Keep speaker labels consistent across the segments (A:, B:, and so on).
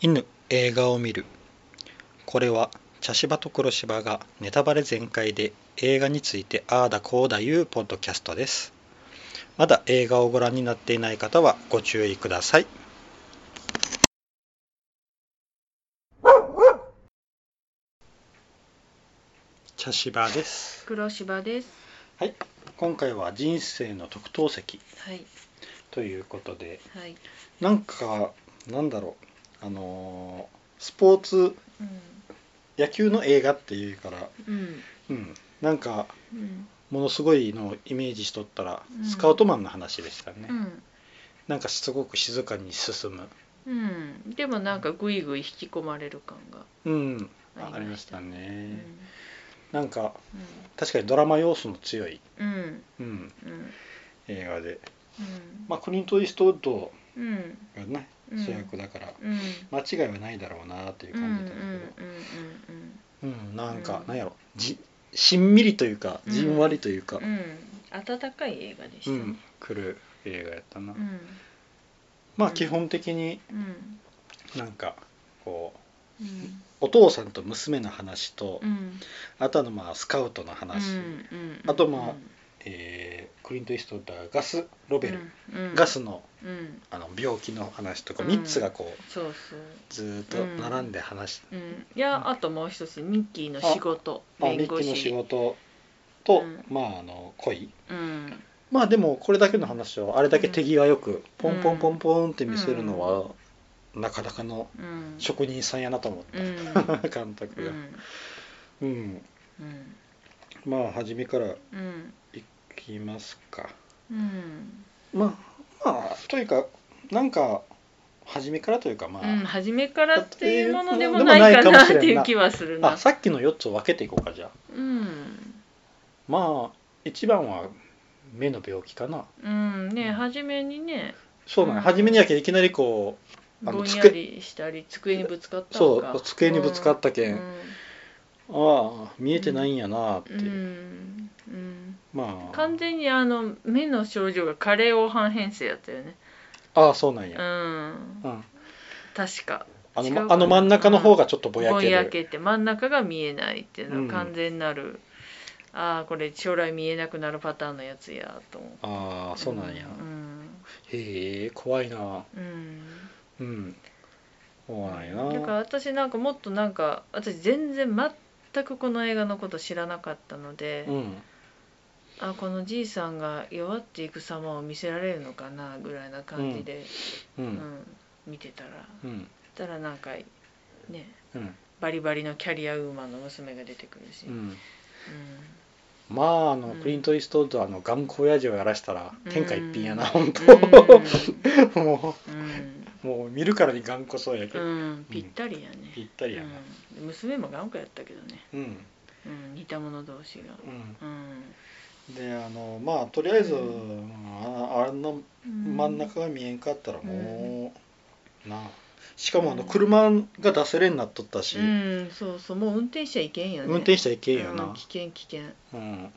A: 犬映画を見るこれは茶芝と黒芝がネタバレ全開で映画についてああだこうだいうポッドキャストですまだ映画をご覧になっていない方はご注意ください茶芝です
B: 黒芝です。
A: はい今回は人生の特等席
B: はい
A: ということで
B: はい。
A: なんかなんだろうあのースポーツ
B: う
A: 野球の映画っていうから、
B: んうん
A: うん、なんか
B: うん
A: ものすごいのをイメージしとったら、
B: うん
A: スカウトマンの話でしたね、
B: うん
A: なんかすごく静かに進む、
B: うん。でもなんかぐいぐい引き込まれる感が
A: うん、あ
B: あ
A: あり
B: り
A: ま
B: ま
A: し
B: したた。
A: ね、なんか
B: うん
A: 確かにドラマ要素の強い、
B: うん
A: うん、
B: うんうん
A: 映画で、
B: うん
A: まあ、クリント・イーストウッド
B: うん
A: がね
B: うん
A: 主役だから、
B: うん
A: 間違いはないだろうなっていう
B: うんうんうん
A: 感じだったんだけど、
B: うん
A: うん、なんか、
B: うん
A: なんやろじしんみりというか
B: うん
A: じんわりというか、
B: うんうん。温かい映画で
A: う
B: した
A: ん
B: ね。うん
A: 来る映画やったな、まあ基本的に
B: うん
A: なんかこう
B: うん
A: お父さんと娘の話と、
B: うん
A: あとはまあスカウトの話、
B: うん
A: あとまあえークリント・イーストウッドがガス・ロベル、
B: うんうん
A: ガスの
B: うん
A: あの病気の話とか
B: うん
A: 3つがこう、
B: そうそう。
A: ずーっと並んで話し
B: うん、いやあともう一つミッキーの仕事
A: まあ、3
B: 弁護
A: つの
B: 士
A: 仕事と、
B: うん
A: まああの恋
B: うん
A: まあでもこれだけの話をあれだけ手際よくポンポンポンポンって見せるのはなかなかの
B: うん
A: 職人さんやなと思っ
B: うん
A: た 監督
B: う
A: が、
B: ん
A: うん、
B: うん
A: まあ初めから
B: うん
A: いきますか
B: うん
A: まあまあというかなんか初めからというかまあ、
B: うん初めからっていうものでもないかなっていう気はするな
A: あさっきの4つを分けていこうかじゃあ
B: うん
A: まあ一番は目の病気かな
B: うんね初めにね
A: そうなの、
B: うん
A: 初めにやけいきなりこあの
B: ぼんやりしたり机にぶつかっ
A: う
B: たの
A: そ
B: か
A: う机にぶつかったけん、ああ見えてないんやなって
B: う
A: い
B: んう
A: う、
B: んうん
A: まあ
B: 完全にあの目の症状が加齢黄斑変性やったよね
A: ああそうなん
B: う
A: や、
B: ん
A: うん
B: 確か
A: あの
B: 違う
A: ま
B: かな
A: あの真ん中の方がちょっとぼ
B: ぼ
A: やけ
B: ん
A: る、
B: やけて真ん中が見えないっていう
A: う
B: の
A: ん
B: は完全なる、ああこれ将来見えなくなるパターンのやつやと思う
A: ああそうなんや、
B: うん
A: へえ怖いな
B: うん
A: うんそうなんや
B: だから
A: な
B: 私なんかもっとなんか私全然全くこの映画のこと知らなかったので、
A: うん
B: あこのじいさんが弱っていく様を見せられるのかなぐらいな感じで、
A: う
B: うん
A: ん
B: 見てたら
A: うん
B: たらなんかね
A: うん、
B: バリバリのキャリアウーマンの娘が出てくるし、
A: う
B: うん
A: ん、まああの、
B: うん
A: クリント・イーストウッドはあの頑固親父をやらしたら天下一品やな、本
B: う
A: 当も
B: んうん
A: うもう見るからに頑固そうやけ
B: う
A: ど、
B: ん、ぴったりやね。
A: ぴったりやな
B: うん娘も頑固やったけどね。
A: うん
B: うん、似た者同士が。
A: うん
B: うん。
A: であのまあとりあえず、
B: う
A: ああの真ん中が見えんかったらもう、なあしかもあの車が出せれんなっとったし、
B: うん、そうそう、もう運転しちゃいけんよね。
A: 運転しちゃいけんよ
B: うん
A: な
B: 危、険、危険。う
A: う
B: ん。
A: ん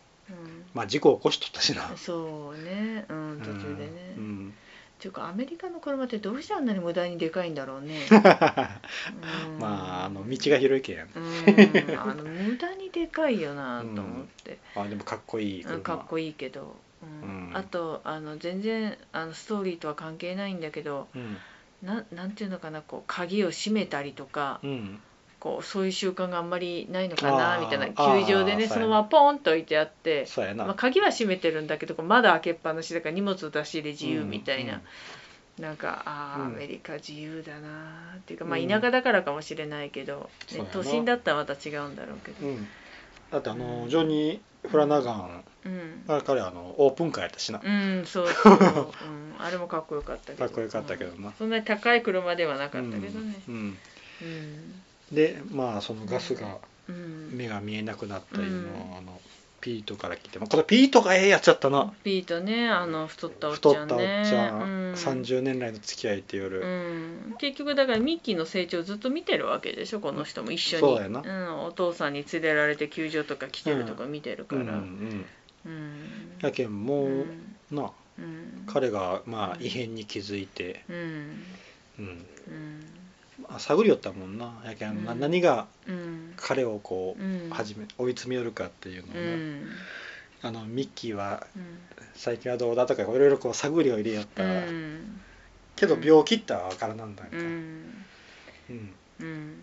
A: まあ事故起こしとったしな
B: そうね、うん、途中でね。
A: うん
B: ていうか、アメリカの車ってどうしてあんなに無駄にでかいんだろう ね。うん
A: まああの道が。広いけんやん
B: うん、あの無駄にでかいよなと思って。
A: あでもかっこいい車
B: うんかっこいいけど。うん
A: うん
B: あとあの全然あのストーリーとは関係ないんだけど、
A: うん
B: ななんていうのかなこう鍵を閉めたりとか
A: うん
B: こうそういう習慣があんまりないのかな
A: あー
B: みたいな
A: あー
B: 球場でね
A: そうやな
B: そのままポンと置いてあって、
A: そうやな、
B: まあ、鍵は閉めてるんだけどこう窓開けっぱなしだから荷物を出し入れ自由みたいな、なんかあー、
A: うん
B: アメリカ自由だなーっていうか、まあ、
A: うん
B: 田舎だからかもしれないけど、
A: そうや
B: ね
A: な
B: 都心だったらまた違うんだろうけ
A: うん、
B: ど。
A: うんだってあのジョニー・フラナガン
B: うん
A: が彼あのオープンカーやったしな、
B: うん、そうそう、うん、あれもかっこよかったけど
A: かっこよかったけどな
B: うんそんなに高い車ではなかったけどね
A: うん
B: うん
A: でまあそのガスが
B: うん、
A: 目が見えなくなったりの、
B: うん
A: あのピートから来て、まあ、これピートがええやつやったな、
B: ピートねあの太ったおっ
A: 太
B: ちゃ
A: っ
B: ん
A: たおっ
B: ね
A: ちゃん、
B: うん
A: 30年来の付き合いって夜、
B: うん、結局だからミッキーの成長をずっと見てるわけでしょこの人も一緒に、
A: そうやなん
B: お父さんに連れられて球場とか来てるとか見てる
A: う
B: か
A: ん
B: ら、
A: う
B: うん
A: ん
B: うん
A: やけんもう、な
B: うん
A: 彼がまあ
B: うん
A: 異変に気づいて、
B: うん
A: うん、
B: うん
A: あ探りよったもんなやけん、な
B: うん
A: 何が
B: うん
A: 彼をこ
B: うん
A: う始め追い詰めよるかっていうのを
B: う
A: ね、
B: ん
A: あのミッキーは
B: うん
A: 最近はどうだとかいろいろこう探りを入れよった、
B: うん
A: けど病気っては分からなんだんか、
B: うん
A: うん
B: うん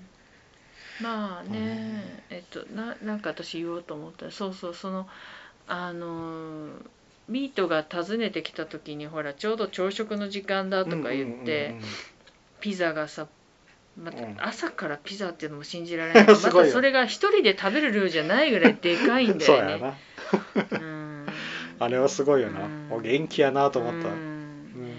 B: まあね、えっとななんか私言おうと思ったらそうそうそのあのーミートが訪ねてきた時にほらちょうど朝食の時間だとか言って、
A: うんうんうんうん
B: ピザがさまた
A: うん
B: 朝からピザっていうのも信じられ ない
A: す
B: ま
A: ごいよ
B: たそれが一人で食べる量じゃないぐらいでかいんだ
A: そう
B: よ
A: や
B: ね。
A: な
B: うん
A: あれはすごいよな、
B: うん
A: お元気やなと思った、
B: う
A: うん
B: んね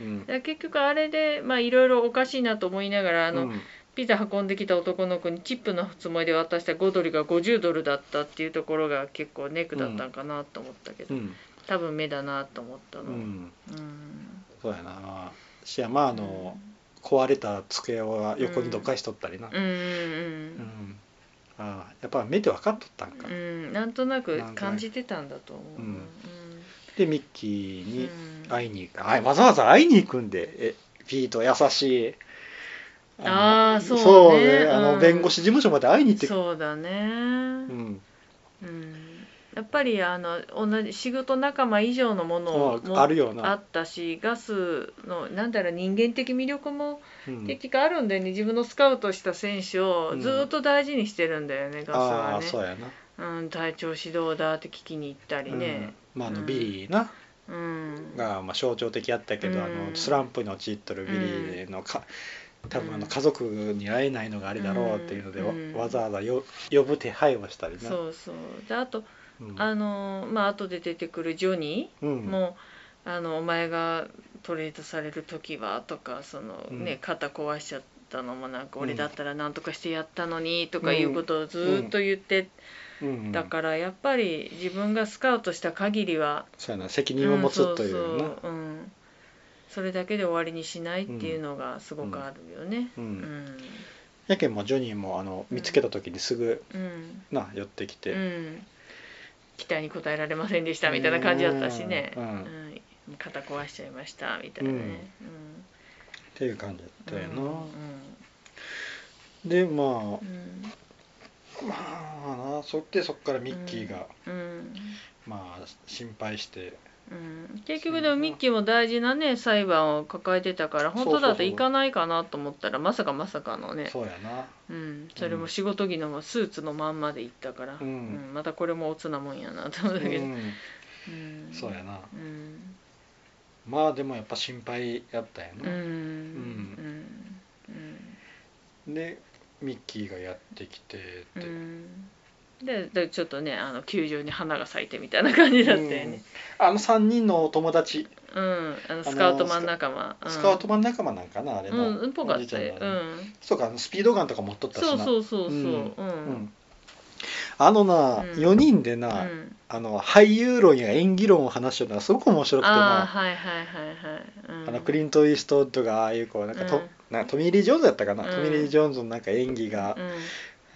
A: うん
B: だから結局あれでまあいろいろおかしいなと思いながらあの、
A: うん
B: ピザ運んできた男の子にチップのつもりで渡した5ドルが50ドルだったっていうところが結構ネックだったんかなと思ったけ
A: う
B: ど、
A: ん
B: 多分目だなと思ったの、
A: う
B: うん
A: んそうやなしやまああの、壊れた机は横にどかしとったりな、
B: うんうん
A: うんああやっぱ目で分かっとったんか、
B: うんうんなんとなく
A: なんとなく
B: 感じてたんだと思
A: う
B: う、
A: ん
B: うん
A: でミッキーに
B: うん
A: 会いに行く、あわざわざ会いに行くんでえピート優しいの
B: あーそうね
A: ねあの、
B: うん
A: 弁護士事務所まで会いに行って
B: そうだね、
A: うん
B: うんやっぱりあの同じ仕事仲間以上のものを
A: ああるよう
B: あ
A: な、
B: ったしガスのなんだろう人間的魅力も
A: うん
B: 結局あるんだよね自分のスカウトした選手をずーっと大事にしてるんだよね、ガス
A: あ
B: は
A: あ
B: ね
A: そうやな、
B: う、ん、体調指導だって聞きに行ったりね、
A: うんまああの
B: うん
A: ビリーな、
B: うん
A: がまあ象徴的やったけど、
B: うん
A: あのスランプに陥っとるビリーのか、多分あの家族に会えないのがあれだろうっていうので、わ
B: うん
A: わざわざよ呼ぶ手配をしたりな。
B: そうそうであと
A: うん
B: あのーまあ後で出てくるジョニ
A: うん
B: ーも、あのお前がトレードされる時はとかその、
A: うん
B: ね肩壊しちゃったのもなんか
A: うん
B: 俺だったら何とかしてやったのにとかいうことをずーっと言って
A: うん
B: だからやっぱり自分がスカウトした限りは
A: そうやな責任を持つとい
B: ん
A: うな
B: そ。そうんそれだけで終わりにしないっていうのがすごくあるよね。
A: う
B: うんん
A: やけんもジョニーもあの見つけた時にすぐ
B: うん
A: な寄ってき
B: う
A: て、
B: ん期待に応えられませんでしたみたいな感じだったしね、
A: うんうん
B: うん肩壊しちゃいましたみたいな
A: っ
B: ね。
A: ていう感じだったよな。
B: うん
A: でま
B: うんうん
A: あまあなそってそっからミッキーが、
B: うん
A: まあ心配して。
B: うん結局でもミッキーも大事なね裁判を抱えてたから本
A: そうそ
B: 当
A: うそう
B: だと行かないかなと思ったらまさかまさかのね
A: そうやな。
B: うん、それも仕事着のままスーツのまんまで行ったから、
A: うん
B: うんまたこれもおつなもんやなと思ったけど、
A: うん
B: うん
A: そうやな。
B: うん
A: まあでもやっぱ心配やったんや
B: うんう
A: な。
B: ん
A: でミッキーがやってきて
B: う
A: って、
B: んででちょっとねあの球場に花が咲いてみたいな感じだったよね、
A: あの3人のお友達、
B: うんあのスカウトマン仲間
A: スカウト
B: マ
A: マン仲間なんかなあれ
B: う
A: の、
B: んうんぽか
A: お
B: っ
A: じちゃ
B: た
A: ん
B: よ、
A: が
B: う
A: ね
B: ん、
A: そうかあのスピードガンとか持っとったしな
B: そうそうそうそううん
A: う、
B: ん
A: んあのな、
B: うん
A: 4人で
B: う
A: な、
B: ん
A: あの俳優論や演技論を話してるのがすごく面白くて
B: ああ
A: なあ
B: はいはいはいはい、うん、
A: のクリント・イーストウッドがああいうこうなんかと、
B: うん
A: なんかトミー・リー・ジョーンズやったかな、
B: うん
A: トミー・リー・ジョーンズのなんか演技が、
B: うん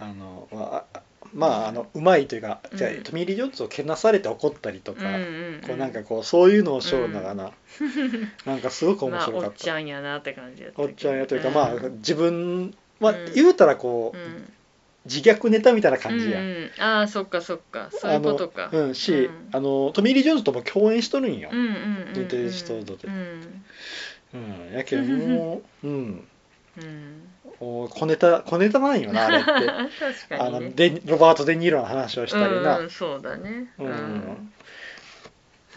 A: あのまああまああのうまいというか、じゃあ
B: うん
A: トミー・リー・ジョーンズをけなされて怒ったりとか、
B: うんうん、
A: こうなんかこうそういうのをしょるのがな、なんかすごく面
B: まあ
A: 白かっ
B: おっち
A: た、
B: ゃんやなって感じだったけ
A: お
B: ど
A: っちゃんやというか、まあ
B: うん
A: 自分まあ
B: うん
A: 言うたらこう、
B: うん
A: 自虐ネタみたいな感じや、
B: うんうん、ああそっかそっかそういうことか
A: あのうんし、
B: うん
A: あのトミー・リー・ジョーンズとも共演しとるんよ、
B: うんうんうん
A: 似てる人とで
B: うん
A: うんやけどもう、うん、
B: うん
A: お小ネタ小ネタなんよなあれって、
B: 確
A: あ
B: かに
A: の
B: ね
A: でロバート・デ・ニーロの話をしたりな、
B: うん、そうだね
A: うん
B: うん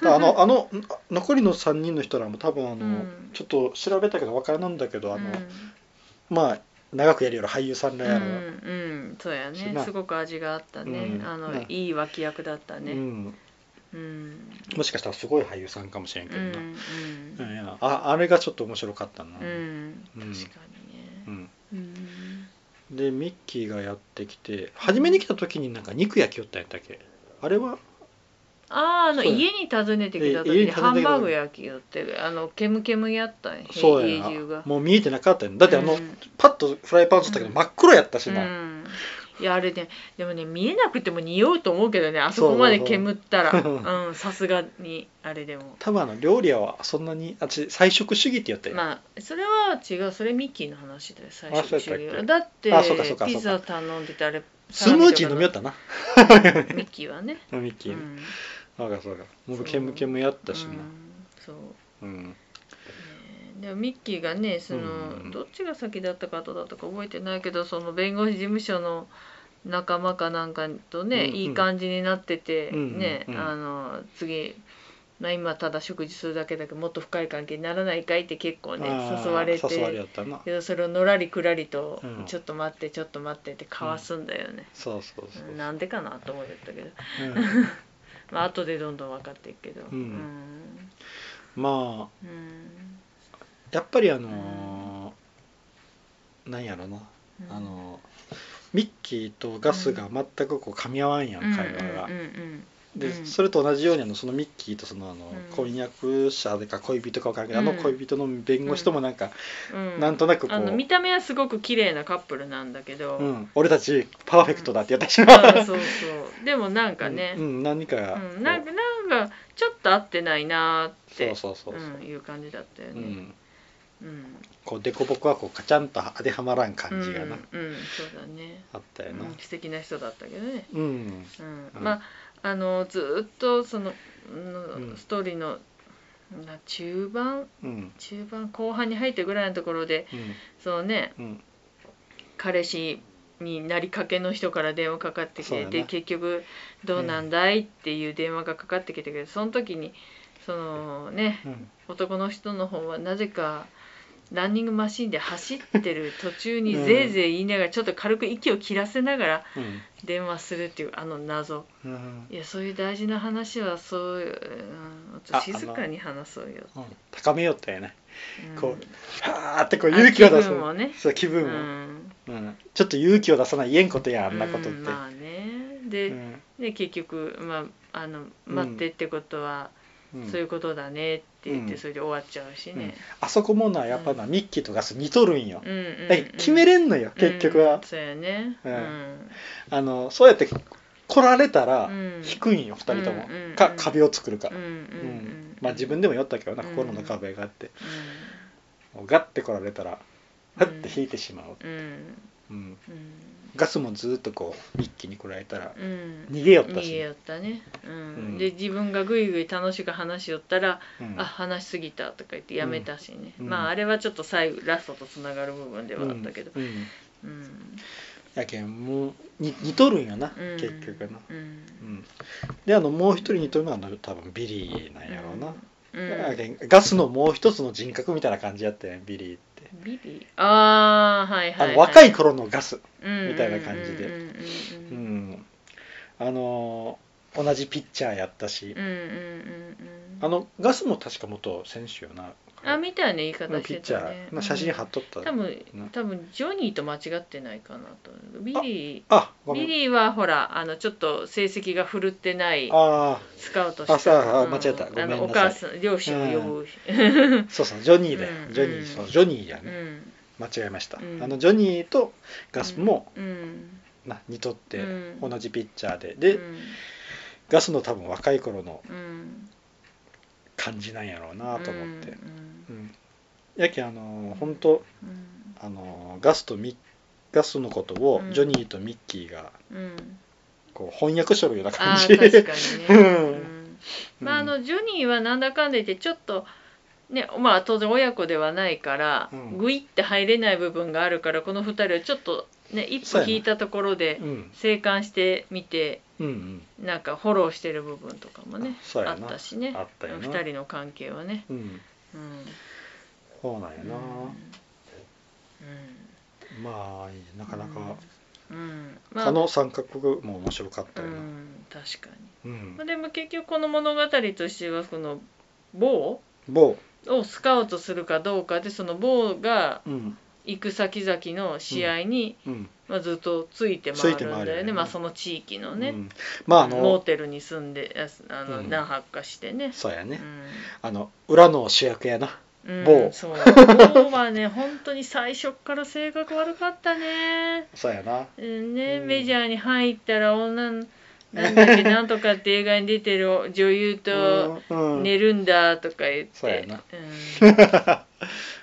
A: あのあのあ残りの3人の人らも多分あの、
B: うん
A: ちょっと調べたけど分からなんだけどあの、
B: うん
A: まあ長くやるより俳優さんら
B: う
A: や
B: ん
A: ろ、
B: うんそうや
A: し
B: ね
A: な
B: すごく味があったね、
A: うん
B: あの
A: ね
B: いい脇役だった
A: う
B: ね
A: ん、
B: うん
A: もしかしたらすごい俳優さんかもしれんけ
B: う
A: ど
B: ん
A: な、
B: う
A: うん
B: ん
A: いやああれがちょっと面白かったな、
B: うん確か
A: うん
B: にね
A: うん
B: うん
A: でミッキーがやってきて初めに来た時になんか肉焼きよったんやったっけあれは
B: あああの
A: そうや
B: 家に訪ねてきた時
A: え家に訪ねて
B: に
A: きた
B: ハンバーグ焼きよってあのケムケムやったんや
A: そう
B: 家
A: やな
B: 中が
A: もう見えてなかったよだってあの、
B: うん
A: パッとフライパン取ったけど
B: うん
A: 真っ黒やったし
B: う
A: な、
B: んいやあれねでもね見えなくても匂うと思うけどねあそこまで
A: そうそうそう
B: 煙ったら
A: う
B: うんさすがにあれでも
A: 多分あの料理屋はそんなにあち菜食主義って言ったよ、
B: まあそれは違うそれミッキーの話だよ最初
A: そうやったっけ
B: だって
A: あそうかそうかそうか
B: ピザ頼んでてあれ
A: スムージー飲みよったな
B: ミッキーはね、
A: ミッキ
B: う
A: ーね、
B: ん、
A: そうかそうかも
B: そ
A: う
B: う
A: ケムケムやったし
B: う、
A: なん
B: そう
A: うん
B: ねでもミッキーがねその、
A: うん
B: どっちが先だったか後だったか覚えてないけどその弁護士事務所の仲間かなんかとね、
A: うんうん
B: いい感じになってて、
A: うんうん
B: ね、
A: うん
B: あの次、まあ、今ただ食事するだけだけどもっと深い関係にならないかいって結構ね
A: あー
B: 誘われて
A: 誘われやったな
B: けどそれをのらりくらりと、
A: うん
B: ちょっと待ってちょっと待ってってかわすんだよね、
A: そうそうそう、
B: うんなんでかなと思ってたけど、
A: うん
B: まあ後でどんどん分かっていくけど、
A: うんまあ
B: うんうん
A: やっぱりあのーなんやろな、
B: うん
A: あのーミッキーとガスが全くこう噛み合わんやん、会話が、
B: うんうんうんう
A: で
B: ん
A: それと同じようにあのそのミッキーとそのあの、
B: うん
A: 婚約者でか恋人かわからんけど、あ
B: う
A: の
B: ん
A: 恋人の弁護士ともなんか、
B: うん
A: なんとなくこ
B: あ
A: う、う
B: の見
A: ん
B: た目はすごく綺麗なカップルなんだけど、 うん、
A: 俺たちパーフェクトだってやったしな、
B: そうそうでもなんかね
A: う、んうん何か
B: う
A: が
B: んなんかなんかちょっと合ってないなーっ
A: そう
B: て
A: そうそうそう、
B: うん、いう感じだったよ
A: う
B: ね、
A: ん、
B: うん
A: こうデコボコはこうカチャンと当てはまらん感じがな、
B: うん、うんそうだね、
A: あったよな
B: うん、素敵な人だったけどね、
A: うん
B: う
A: う
B: ん
A: ん
B: まああのずーっとその、うん
A: うん
B: ストーリーのな中盤
A: うん
B: 中盤後半に入ってぐらいのところで
A: うん
B: そのね
A: うん
B: 彼氏になりかけの人から電話かかってき
A: そうだ
B: て、
A: な
B: で結局「どうなんだい?」っていう電話がかかってきたけどその時にそのね
A: うん
B: 男の人の方はなぜかランニングマシンで走ってる途中にぜいぜい言いながらちょっと軽く息を切らせながら
A: うん
B: 電話するっていうあの謎
A: うん
B: いやそういう大事な話はそういう、うん、ちょっと静かに話そうよ、
A: うん高めよったよね
B: うん
A: こはーってこう勇気を出す
B: あ気分をね
A: そう気
B: う
A: 分を、うん
B: ん
A: ちょっと勇気を出さない言えんことやあんなことっ
B: う
A: て、うんん
B: まあねで、で結局、まあ、あの
A: うん
B: 待ってってことは、
A: うん
B: そういうことだねって言って、
A: うん
B: それで終わっちゃうしね、
A: あそこもなやっぱな、ミッキーとガス似とるんよ
B: う、んうんうん
A: だけど決めれんのよ結局
B: うん
A: は、
B: そうやね
A: う
B: うんん、
A: あのそうやって来られたら
B: うん
A: 引くんよ、二人とも、
B: うんうんうん
A: か壁を作るか、
B: うんうん
A: うん
B: うん
A: まあ自分でも酔ったけどな
B: うん
A: 心の壁があって、
B: う
A: もうガッて来られたら
B: う
A: ガ
B: ん
A: ッて引いてしまう、
B: んうん
A: うん
B: うん
A: ガスもずっとこうミッキーに来られたら
B: うん
A: 逃げよった
B: 逃げ
A: し、
B: よったね、うん
A: うん
B: で自分がぐいぐい楽しく話しよったら、
A: うん
B: あ話しすぎたとか言ってやめたしね、
A: うん
B: まああれはちょっと最後ラストとつながる部分ではあったけど、
A: うんうん
B: うん
A: やけんもうに似とるんやな、
B: うん
A: 結局な、
B: うん
A: うん、であのもう一人似とるのはあの多分ビリーなんやろうな、
B: うん
A: やけんガスのもう一つの人格みたいな感じやったよねビリーって
B: ビビああはい
A: あ
B: はい、は
A: の
B: い、
A: 若い頃のガス、み
B: み
A: たいな感じで
B: うん
A: う
B: うん
A: ん、あのー同じピッチャーやったし、
B: うんうんうんうんうん
A: あのガスも確か元選手よな
B: あみたいな言い方
A: うん
B: し
A: ピッ
B: て
A: チ
B: た
A: ャ
B: ね
A: ー、まあ、写真貼っ
B: と
A: とった、
B: 多分
A: な
B: 多分ジョニーと間違ってないかなとビリ
A: あご
B: ー
A: め
B: ビ
A: ん
B: リーはほらあのちょっと成績が振るってない
A: あ
B: スカウト
A: あそうあ
B: うん
A: 間違えたごめんなさい
B: あのお母さん両親を呼ぶ
A: あそうそうジョニーだよ、
B: うん
A: ジョニ
B: う
A: ー
B: ん
A: そうジョニーや
B: う
A: ね、
B: ん
A: 間違えました、
B: うん
A: あのジョニーとガスも、
B: うん
A: な似とって
B: うん
A: 同じピッチャーでで、
B: うん
A: ガスの多分若い頃の
B: うん
A: 感じなんやろうなと思って、
B: うん
A: うんやけんあのー本当
B: うん
A: あのーガスとミッガスのことを
B: うん
A: ジョニーとミッキーが
B: うん
A: こう翻訳しとるような感
B: ああ
A: じ、
B: 確かに ね、
A: うん
B: うんまあ、あのジョニーはなんだかんだ言ってちょっと、ねまあ、当然親子ではないから、
A: うん
B: グイって入れない部分があるからこの2人はちょっと、ね、一
A: そう
B: 歩
A: やな
B: 引いたところで
A: うん
B: 静観してみて
A: うんうん
B: なんかフォローしてる部分とかもね
A: そう
B: あ
A: や
B: っ
A: な
B: たしね
A: あったよな
B: 2人の関係はね。
A: うん
B: うん
A: そうなんやな、
B: うん
A: まあなかなか、
B: うんまあ
A: あの三角も面白かった
B: う
A: よな、
B: ん確かに、
A: うん
B: まあ、でも結局この物語としてはこの某
A: 某、
B: をスカウトするかどうかでそのボーが
A: うん
B: 行く先々の試合に、
A: うん
B: まあ、ずっとついて回るんだ
A: つい
B: よ
A: て回る
B: ね
A: よね
B: まあ、その地域のね、
A: うんまああ
B: モー
A: の
B: テルに住んでああの、
A: うん
B: 何泊かしてね
A: そうや
B: う
A: ね、
B: ん
A: あの裏の主役やな
B: うん
A: 某
B: そう某はね本当に最初っから性格悪かったね
A: そうやな
B: うんね、
A: うん
B: メジャーに入ったら女のなんだっ けなんとかって映画に出てる女優と
A: うんうん
B: 寝るんだとか言って、
A: そうやな
B: うん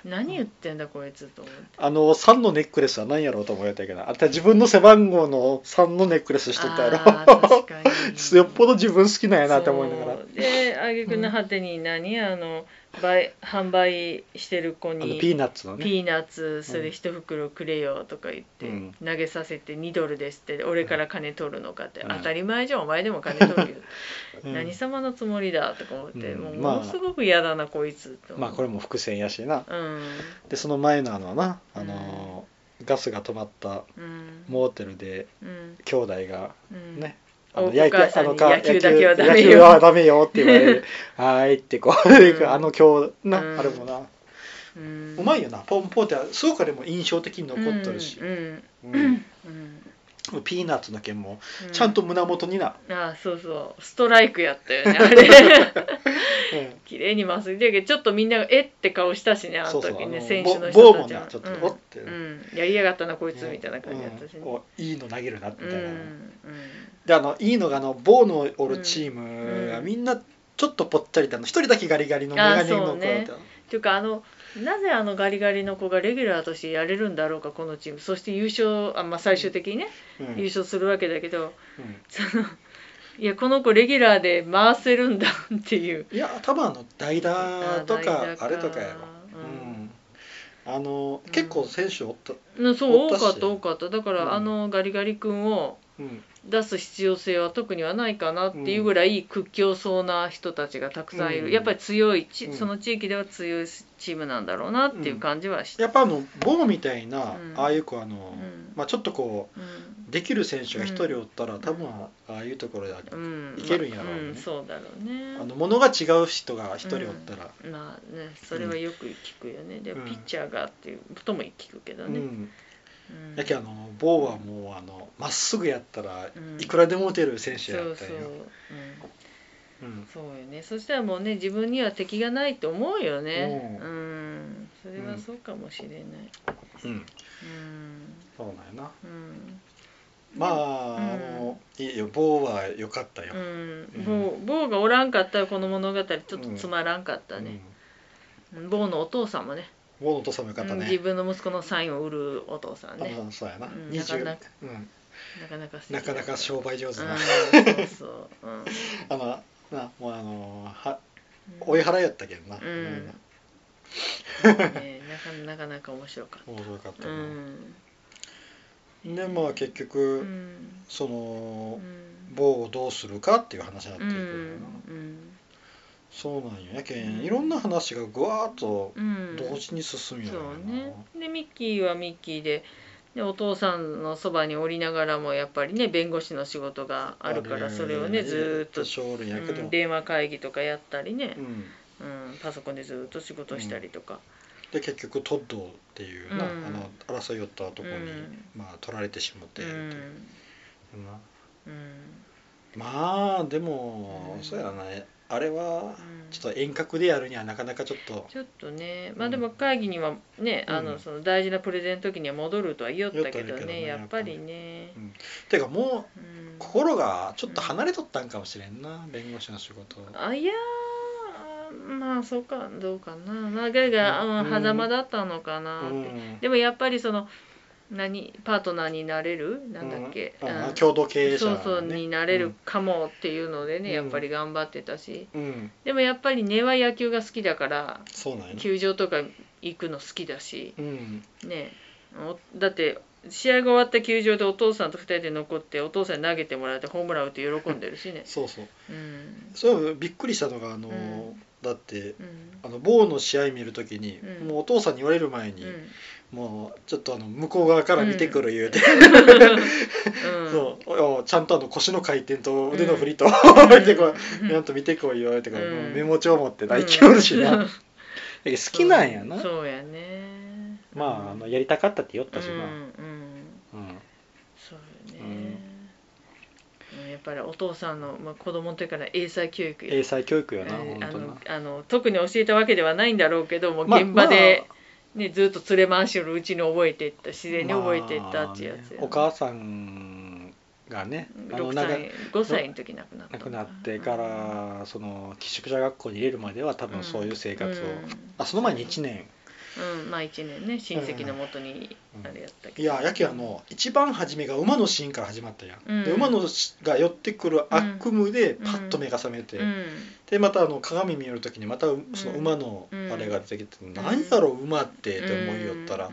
B: 何言ってんだこいつと思って
A: あの3のネックレスは何やろうと思えたけどあんた自分の背番号の3のネックレスしとったや
B: あー確
A: ろ
B: かに
A: よっぽど自分好きなんやなって思いながら
B: そうで挙句の果てに何あの売販売してる子
A: あの
B: に
A: ピーナッツのね
B: ピーナッツそれ一袋くれよとか言って、
A: うん
B: 投げさせて2ドルですって俺から金取るのかって、
A: うん
B: 当たり前じゃんお前でも金取るよ、
A: うん
B: 何様のつもりだとか思って、
A: うん
B: もう
A: まあ
B: ものすごく嫌だな、こいつと
A: まあこれも伏線やしな
B: うん
A: でその前のあのなあのーガスが止まった
B: うん
A: モーテルで
B: うん
A: 兄弟が
B: うん
A: ね、あ
B: お
A: の焼い
B: 母
A: て
B: さ
A: あ
B: んに
A: のか
B: 野球だけはダ
A: 野
B: メ
A: 球は
B: よ、
A: ダメよって言わ れるはーいってこう、
B: う ん
A: あの今日な、
B: うん
A: あれもな
B: うん
A: うまいよなポンポンってすごくあれも印象的に残っとるし
B: う、ん
A: う
B: うん
A: ん
B: うん
A: ピーナッツの件も
B: うん
A: ちゃんと胸元にな、
B: ああそうそうストライクやった よねあれ
A: うん
B: 綺麗にまっすぐだけどちょっとみんながえって顔したしねあ
A: そ
B: の
A: うそう
B: 時ね
A: あの
B: 選手
A: ボ
B: の人
A: ボー
B: た
A: も
B: ち
A: な
B: は
A: ちょっと
B: うん
A: おって
B: うんやりやがったなこいつ
A: うん
B: みたいな感じだったしね
A: うんおいいの投げるなみたい
B: うん
A: な、
B: うん
A: であのいいのがあのボーのおるチームが
B: うん
A: みんなちょっとぽっちゃりだの一人だけガリガリのメガネの子だった
B: っていうかあのなぜあのガリガリの子がレギュラーとしてやれるんだろうかこのチームそして優勝あ、まあ、最終的にね、
A: うん
B: 優勝するわけだけど
A: うん
B: そのいやこの子レギュラーで回せるんだっていう
A: いや多分あの代打と
B: あ
A: か
B: 代打か
A: あれとかやろうんあの
B: うん
A: 結構選手おった
B: うんそう
A: おっ
B: 多
A: たし
B: かった多かっただから、
A: うん
B: あのガリガリ君を
A: うん
B: 出す必要性は特にはないかなっていうぐらい屈強そうな人たちがたくさんいる、
A: うん
B: やっぱり強いち、
A: うん
B: その地域では強いチームなんだろうなっていう感じはして、
A: やっぱあのボーみたいな
B: うん
A: ああいう子あの
B: うん
A: まあちょっとこ
B: うん
A: うできる選手が一人おったら多分ああいうところで
B: うん
A: いけるんやろう
B: まあ
A: ね
B: うん、そうだろうね
A: あの物が違う人が一人おったら
B: まあねそれはよく聞くよね、で
A: うん
B: ピッチャーがっていうことも聞くけど
A: う
B: ね、
A: ん
B: うん
A: やけあのボーはもうあのまっすぐやったら
B: うん
A: いくらでも打てる選手
B: そう
A: やっ
B: そ
A: た、
B: うん
A: ようん
B: そうよねそしたらもうね自分には敵がないと思うよね
A: う
B: うん、それはそうかもしれない、
A: うん
B: うん
A: そうなんやな
B: うん
A: まああ
B: うん
A: のいいよボーは良かったよ
B: うん、
A: うん
B: ボーボーがおらんかったらこの物語ちょっとつまらんかった
A: うん
B: ね、ボーのお父さんもね
A: ボーのお父さんも良かった
B: うん
A: ね
B: 自分の息子のサインを売るお父さんね
A: ああそうやな、
B: うん
A: 二十
B: なか
A: うん、
B: なかなか素敵だ
A: な
B: った
A: かなか商売上手な、
B: うんそうそう、うん
A: あのなもうあのは追い払いやったけどな、
B: うん
A: うん
B: ね、なかなかなか面白かっ
A: 面白かった
B: た、
A: な、
B: うん
A: でまあ結局、
B: うん
A: そうの
B: ん
A: 棒をどうするかっていう話になっ
B: う
A: てくるよな、
B: ん
A: そうなんよやけ
B: うん
A: んいろんな話がぐわーっと
B: うん
A: 同時に進むよ
B: そ
A: な、
B: うねでミッキーはミッキーででお父さんのそばにおりながらもやっぱりね弁護士の仕事があるからそれをねずーっと、
A: 勝利やけど、
B: う
A: うん
B: ん電話会議とかやったりね、
A: うん
B: うん、パソコンでずーっと仕事したりとか、
A: で結局トッドっていうな、
B: うん
A: あの争いよったとこに、
B: うん
A: まあ、取られてしもて
B: う
A: い
B: ん
A: るという、な
B: うん
A: まあでも、
B: うん
A: そうやねあれは
B: うん
A: ちょっと遠隔でやるにはなかなかちょっと
B: ちょっとねまあでも会議にはね、
A: うん
B: あのその大事なプレゼンの時には戻るとは言おったけ
A: 言お
B: ど
A: った
B: ね
A: んやけどね
B: やっぱりね、
A: ていうかもう
B: うん
A: 心がちょっと離れとったんかもしれんな弁護士の仕事
B: あいやーまあそうかどうかなまあがが、うん
A: うん
B: 狭間だったのかなって、
A: うん
B: でもやっぱりその何パートナーになれるなんだっけ、
A: うん
B: うん
A: あ共同経営者、
B: そ
A: ね、
B: うそうになれるかもっていうのでね、
A: うん
B: やっぱり頑張ってたし
A: うん、うん
B: でもやっぱり根は野球が好きだから
A: そうなんやね
B: 球場とか行くの好きだし
A: うん
B: ねおだって試合が終わった球場でお父さんと2人で残ってお父さんに投げてもらってホームラン打って喜んでるしね
A: そうそう
B: うん
A: それはびっくりしたのがあの、
B: うん
A: だって
B: うん
A: あの某の試合見るときに、
B: うん
A: もうお父さんに言われる前に、
B: うん
A: もうちょっとあの向こう側から見てくる言うて、
B: うん
A: そうおおちゃんとあの腰の回転と腕の振り と、見てこいなんと見てこい言われてから、
B: うん
A: もうメモ帳持って泣いておるしな、
B: うん
A: だけど好きなんやな、
B: そうそうやね
A: まああ
B: うん
A: のやりたかったって言おったし
B: うん
A: な、
B: うん
A: うん
B: そうよねやっぱりお父さんの、まあ、子供の時から英才教育よ
A: 英才教育よな、
B: え
A: 本当
B: ー
A: にな
B: あのあの特に教えたわけではないんだろうけども、
A: まあ
B: 現場で、ね、ずっと連れ回しをるうちに覚えていった自然に覚えていったっていうやつや
A: まあお母さんがねあの
B: 6
A: 長
B: 歳5歳の時亡くなった
A: 亡く
B: の
A: なってから、その寄宿舎学校に入れるまでは多分そういう生活を、
B: うん
A: あその前に1年、
B: うん、まあ1年ね親戚のもとに
A: うん
B: あれやったけど、
A: いややけあの一番初めが馬のシーンから始まったやん、
B: うん
A: で馬のしが寄ってくる悪夢でパッと目が覚めて、
B: うん
A: でまたあの鏡見る時にまたうその馬のあれが出てきて「
B: ん
A: 何やろ馬って」って思いよったら、
B: うん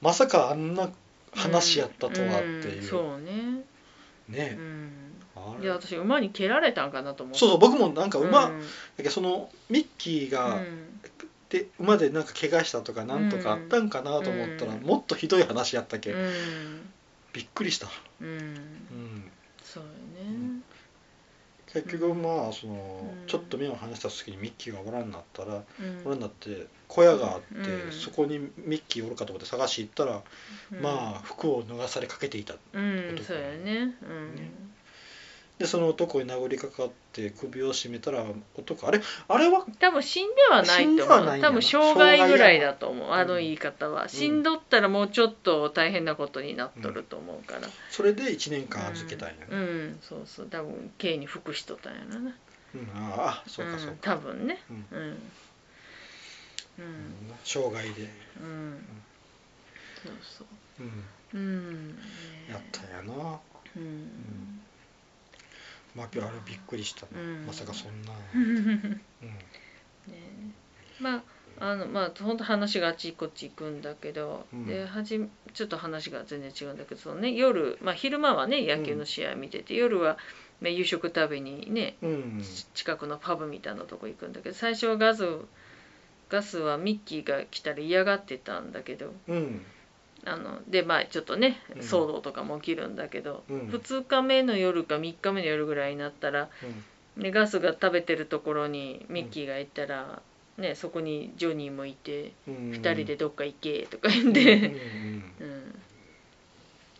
A: まさかあんな話やったとはっていう、
B: んそうね、う
A: ね、
B: ん、
A: あ
B: い
A: れ
B: や私馬に蹴られたんかなと思って
A: そうそう僕もなんか馬、
B: うん
A: だけどそのミッキーが、
B: うん
A: で馬でなんか怪我したとかなんとかあったんかなと思ったら、
B: うん
A: もっとひどい話やったけ、
B: うん
A: びっくりした、
B: うん
A: うん、
B: そうよね、
A: 結局まあその、
B: うん
A: ちょっと目を離した時にミッキーがおらんなったら、
B: うん
A: おらんなって小屋があって、
B: うん
A: そこにミッキーおるかと思って探し行ったら、
B: うん
A: まあ服を脱がされかけていた
B: うん
A: 男
B: そうやねうん
A: ねでその男に殴りかかって首を絞めたら男あれあれは
B: 多分死んではない
A: 死ん
B: と
A: では
B: 思
A: ないん
B: う
A: やな
B: 多分障害ぐらいだと思う
A: 害や
B: あの言い方は、死んどったらもうちょっと大変なことになっとると思うから、
A: それで1年間預けたんやね、
B: うん、うんそうそう多分刑に服しとったんやろな
A: うんああそうかそう
B: うん、
A: か、
B: 多分ね
A: うん
B: うんう
A: うん
B: ん
A: 障害で、
B: うん、そうそう
A: うん、
B: うん、ね
A: やったんやな
B: うん、
A: まあ今日あれびっくりしたな、
B: うん
A: まさかそんな、うん
B: ねまああのまあ本当話があっちこっち行くんだけど、
A: うん
B: ではじちょっと話が全然違うんだけどその、ね、夜、まあ、昼間はね野球の試合見てて、夜は、ね、夕食食べにね
A: うん
B: 近くのパブみたいなとこ行くんだけど最初はガズガスはミッキーが来たら嫌がってたんだけど
A: うん
B: あのでまあちょっとね
A: うん
B: 騒動とかも起きるんだけど、
A: うん
B: 2日目の夜か3日目の夜ぐらいになったらでガスが食べてるところにミッキーが行ったら、ね、そこにジョニーもいて
A: うん
B: 2人でどっか行けとか言って、
A: うん
B: うん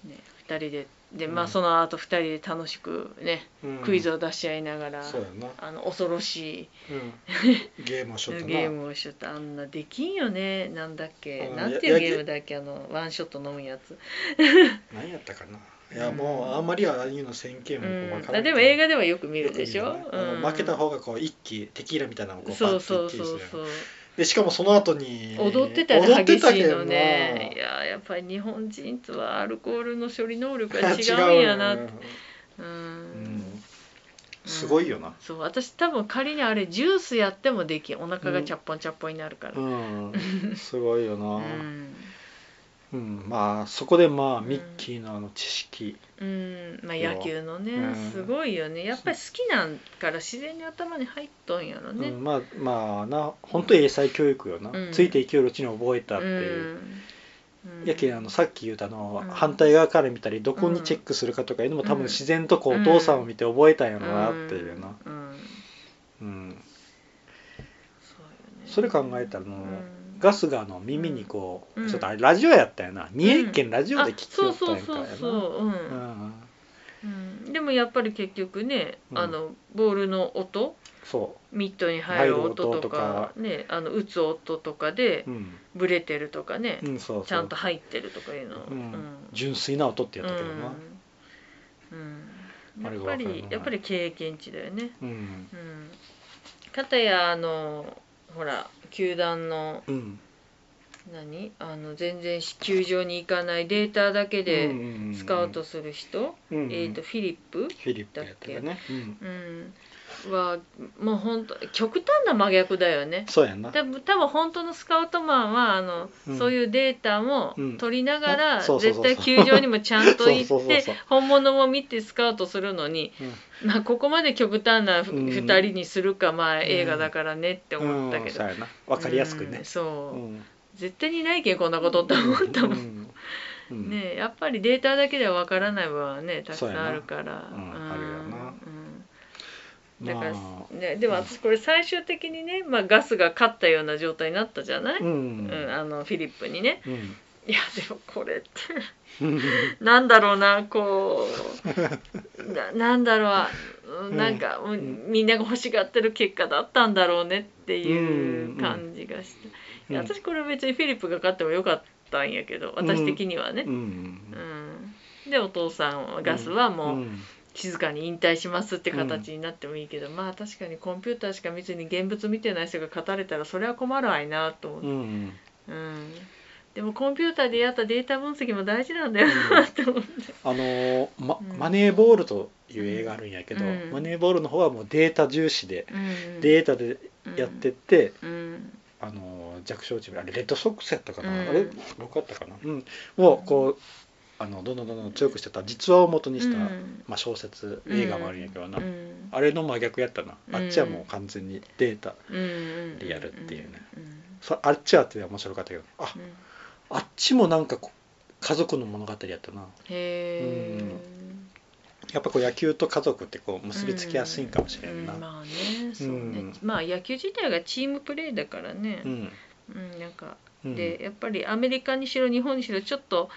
B: ね、2人でで、ま
A: う
B: あ、
A: ん
B: その後2人で楽しく、ね、
A: うん
B: クイズを出し合いながら、
A: そうやな、
B: あの恐ろし
A: うん、ゲームをし
B: い
A: よったな
B: ゲームをしちゃったあんなできんよねなんだっけ
A: うん
B: なんて
A: やや
B: いう
A: け
B: ゲームだっけあのワンショット飲むやつ、
A: 何やったかないや
B: うん
A: もうあんまりはああいうの先見
B: う
A: も分
B: ん、
A: から
B: あ
A: んけ
B: で
A: ど
B: も映画ではよく見るでし
A: よ
B: ょ
A: く見るよねあの負けた方
B: 方
A: がこう一気テキーラみたいなのをこう
B: そう
A: バッ
B: そ
A: と
B: う
A: 一気
B: そ
A: に
B: う
A: する
B: そう
A: でしかもその後に
B: 踊ってたら激しいのねい
A: や
B: ややっぱり日本人とはアルコールの処理能力が違うんやなってうん、
A: うんすごいよな
B: そう私多分仮にあれジュースやってもできんお腹がチャッポンチャッポンになるから
A: うん、すごいよ
B: う
A: な、
B: ん、
A: うんまあそこでまあ
B: うん
A: ミッキーのあの知識、
B: うんまあ、
A: 要は
B: 野球のね、
A: うん
B: すごいよねやっぱり好きなんから自然に頭に入っとんや
A: う
B: ろ
A: ん
B: ね、
A: まあまあな本当英才教育よな、
B: うん
A: ついていけるうちに覚えたっていう、やけんあのさっき言うたあの、反対側から見たりどこにチェックするかとかいうのも多分自然とこう、
B: うん
A: お父さんを見て覚えたんや
B: う
A: ろなっていうな、
B: んうん
A: うん
B: そうよね
A: それ考えたらもう、
B: うん
A: ガスがあの耳にこう、
B: うん
A: ちょっとあれラジオやったよな三重県ラジオで聞きよったんや
B: あ
A: んか
B: そう
A: や
B: そ
A: な
B: うそうそう、うん
A: うん
B: うんでもやっぱり結局ね、
A: うん
B: あのボールの音
A: そ
B: ミットに入る音と
A: 入る
B: か
A: 音と
B: ねあの打つ音とかで
A: ううん、
B: ブレてるとかね、
A: うん、そうそう
B: ちゃんと入ってるとかいうのを、
A: う
B: うんん
A: 純粋な音ってやったけどな
B: うんうん
A: あれ
B: や
A: が
B: っ
A: わか
B: ぱ
A: るな
B: りやっぱり経験値だよね。
A: うん
B: うん、かたやあのほら球団の
A: うん
B: 何あの全然球場に行かないデータだけ
A: うん
B: で
A: うんうん
B: スカウトする人、
A: うんうん
B: えー、とフィリップ、
A: フィリップやったよね、うん、
B: うん、はもう本当極端な真逆だよね
A: そうやんな
B: 多分多分本当のスカウトマンはあの、
A: うん
B: そういうデータも
A: うん
B: 取りながら、
A: あそうそうそう
B: 絶対球場にもちゃんと行って
A: そうそうそうそう
B: 本物も見てスカウトするのに、まあ、ここまで極端なふ
A: うん
B: 二人にするか、まあ映画だからねって思ったけ
A: うん
B: ど、
A: そうやなわかりやすくね
B: うん、そう、
A: うん
B: 絶対にないけんこんなことって思ったもん、
A: うんうん
B: ねやっぱりデータだけではわからない部分はねたくさんあるから
A: そうやなうんあるよな
B: うん
A: ま
B: だ
A: あ
B: から、ね、でも私これ最終的にね、まあ、ガスが勝ったような状態になったじゃない、
A: うん
B: うんあのフィリップにね
A: うん
B: いやでもこれって なんだろうなこうななんだろうあうんなんか、うん
A: ん
B: みんなが欲しがってる結果だったんだろうねって
A: うん
B: いううん感じがして、
A: うん
B: いや私これ別にフィリップが勝ってもよかったんやけど私的にはね
A: う、ん
B: うんでお父さんガスはもう、
A: ん
B: 静かに引退しますって形になってもいいけど、まあ確かにコンピューターしか見ずに現物見てない人が語れたらそれは困るわいなと思っ
A: う
B: て、
A: ん
B: うんでもコンピューターでやったデータ分析も大事なんだよ
A: う
B: なんと思って、
A: あのーま
B: うん
A: マネーボールという映画あるんやけど、
B: うん
A: マネーボールの方はもうデータ重視で、
B: うん
A: データでやってっ、て、
B: うん
A: あのー弱小チームあれレッドソックスやったかな、
B: うん
A: あれどこやったかな、うん、をこうあのどんどんどんどん強くしてた実話を元にした、
B: うん
A: まあ、小説映画もあるんやけどな、
B: うん
A: あれの真逆やったな、
B: うん
A: あっちはもう完全にデータ
B: うん
A: でやるっていうね
B: うん
A: そあっちはって面白かったけどあ
B: うんうん
A: あっちもなんかこう家族の物語やったな
B: へえ、
A: やっぱこう野球と家族ってこう結びつきやすいんかもしれんな、うん
B: う
A: ん
B: まあねそうね、
A: うん
B: まあ野球自体がチームプレーだからね、うん、なんか
A: うん
B: でやっぱりアメリカにしろ日本にしろちょっと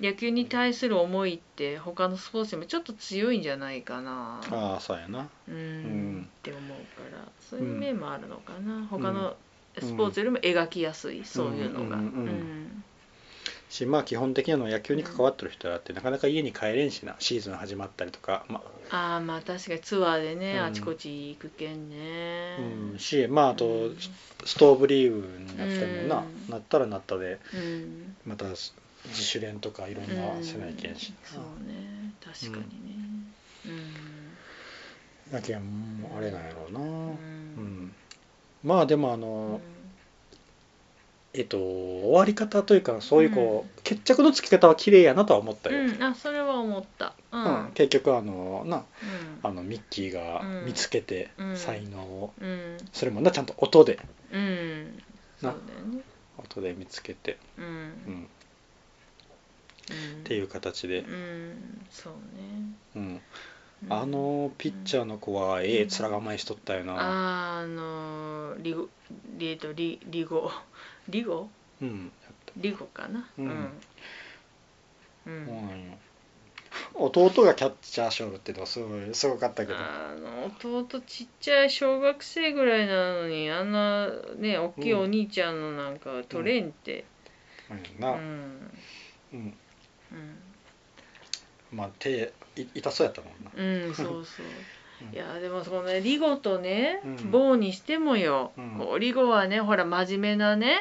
B: 野球に対する思いって他のスポーツでもちょっと強いんじゃないかな
A: ああそうやな
B: うん、
A: ん
B: って思うからそういう面もあるのかな、他
A: う
B: の
A: ん
B: スポーツよりも描きやすい、そういうのが。
A: う
B: うんん
A: うんうんしまあ基本的にはあの野球に関わってる人だってなかなか家に帰れんしなシーズン始まったりとか、ま
B: ああまあ確かにツアーでね、
A: うん
B: あちこち行くけんね
A: あ、うん、しまああと
B: うん
A: ストーブリーグになってもな、
B: うん
A: なったらなったで
B: うん
A: また自主練とかいろんなせないけんし、
B: うんそうね確かにね
A: だけんもうあれなんやろうな、う
B: うん、うんん
A: まあでもあの、えっと終わり方というかそういうこう、決着のつき方は綺麗やなとは思ったよ、
B: うんあそれは思ったうん、う
A: うん
B: ん
A: 結局あのなあのミッキーが
B: うん
A: 見つけて
B: うん
A: 才能を、
B: うん
A: それもなちゃんと音で
B: うんそ
A: な
B: うだよね
A: 音で見つけて、
B: うん、
A: う
B: うん
A: ん、っていう形で、
B: うんそうね、
A: うん、
B: うん
A: あのピッチャーの子はええ面構えしとったよな、
B: あーのリゴリえっとリリゴ リゴ
A: うん、
B: リゴかな
A: う
B: うんん、う
A: そ
B: ん
A: うなんよ弟がキャッチャーしょるってのはすごいすごかったけど
B: あの弟ちっちゃい小学生ぐらいなのにあんなね大きいお兄ちゃんのなんか取れんって
A: うん
B: うん
A: な、うん、
B: うん
A: まあ手い痛そうやったもんな
B: うん、そうそう
A: うん。
B: いやでもそのねリゴとね、
A: うん
B: 棒にしてもよ、
A: うん
B: こうリゴはねほら真面目なね、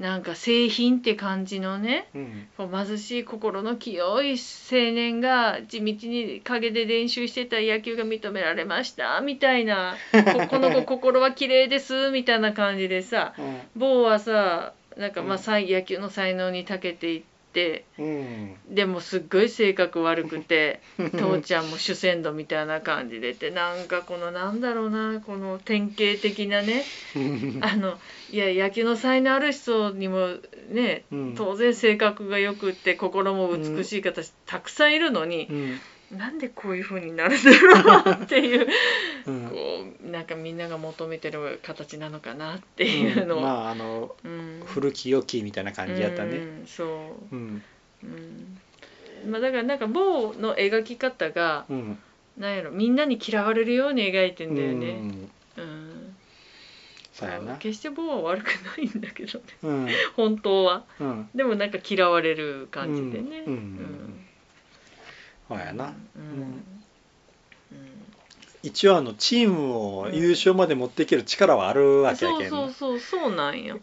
B: なんか製品って感じのね
A: うんうん
B: こう貧しい心の清い青年が地道に陰で練習してた野球が認められましたみたいな ここの子心は綺麗ですみたいな感じでさ棒はさなんかまあ、
A: うん
B: 才野球の才能に長けていって
A: うん
B: でもすっごい性格悪 くて。
A: うん
B: 父ちゃんも主戦度みたいな感じでってなんかこのなんだろうなこの典型的なね
A: うん
B: あのいや野球の才能ある人にもね
A: うん
B: 当然性格がよくって心も美しい方たくさんいるのに
A: うん
B: なんでこういう風になるんだろうっていう
A: うん
B: こうなんかみんなが求めてる形なのかなっていうの
A: うん
B: を。
A: まああの
B: うん
A: 古き良きみたいな感じやった
B: う
A: ね
B: んそ
A: うん
B: う、うんまあ、だからなんか某の描き方が、
A: うん
B: なんやろみんなに嫌われるように描いてんだよ
A: う
B: ね。
A: ん
B: うん
A: そうやな
B: 決して棒は悪くないんだけどね
A: うん
B: 本当は
A: うん
B: でもなんか嫌われる感じでね
A: うんそうやな
B: うん
A: ん
B: うん
A: 一応あのチームを優勝まで持っていける力はあるわけや
B: そう
A: けん
B: そう
A: な
B: そうそうなんよ、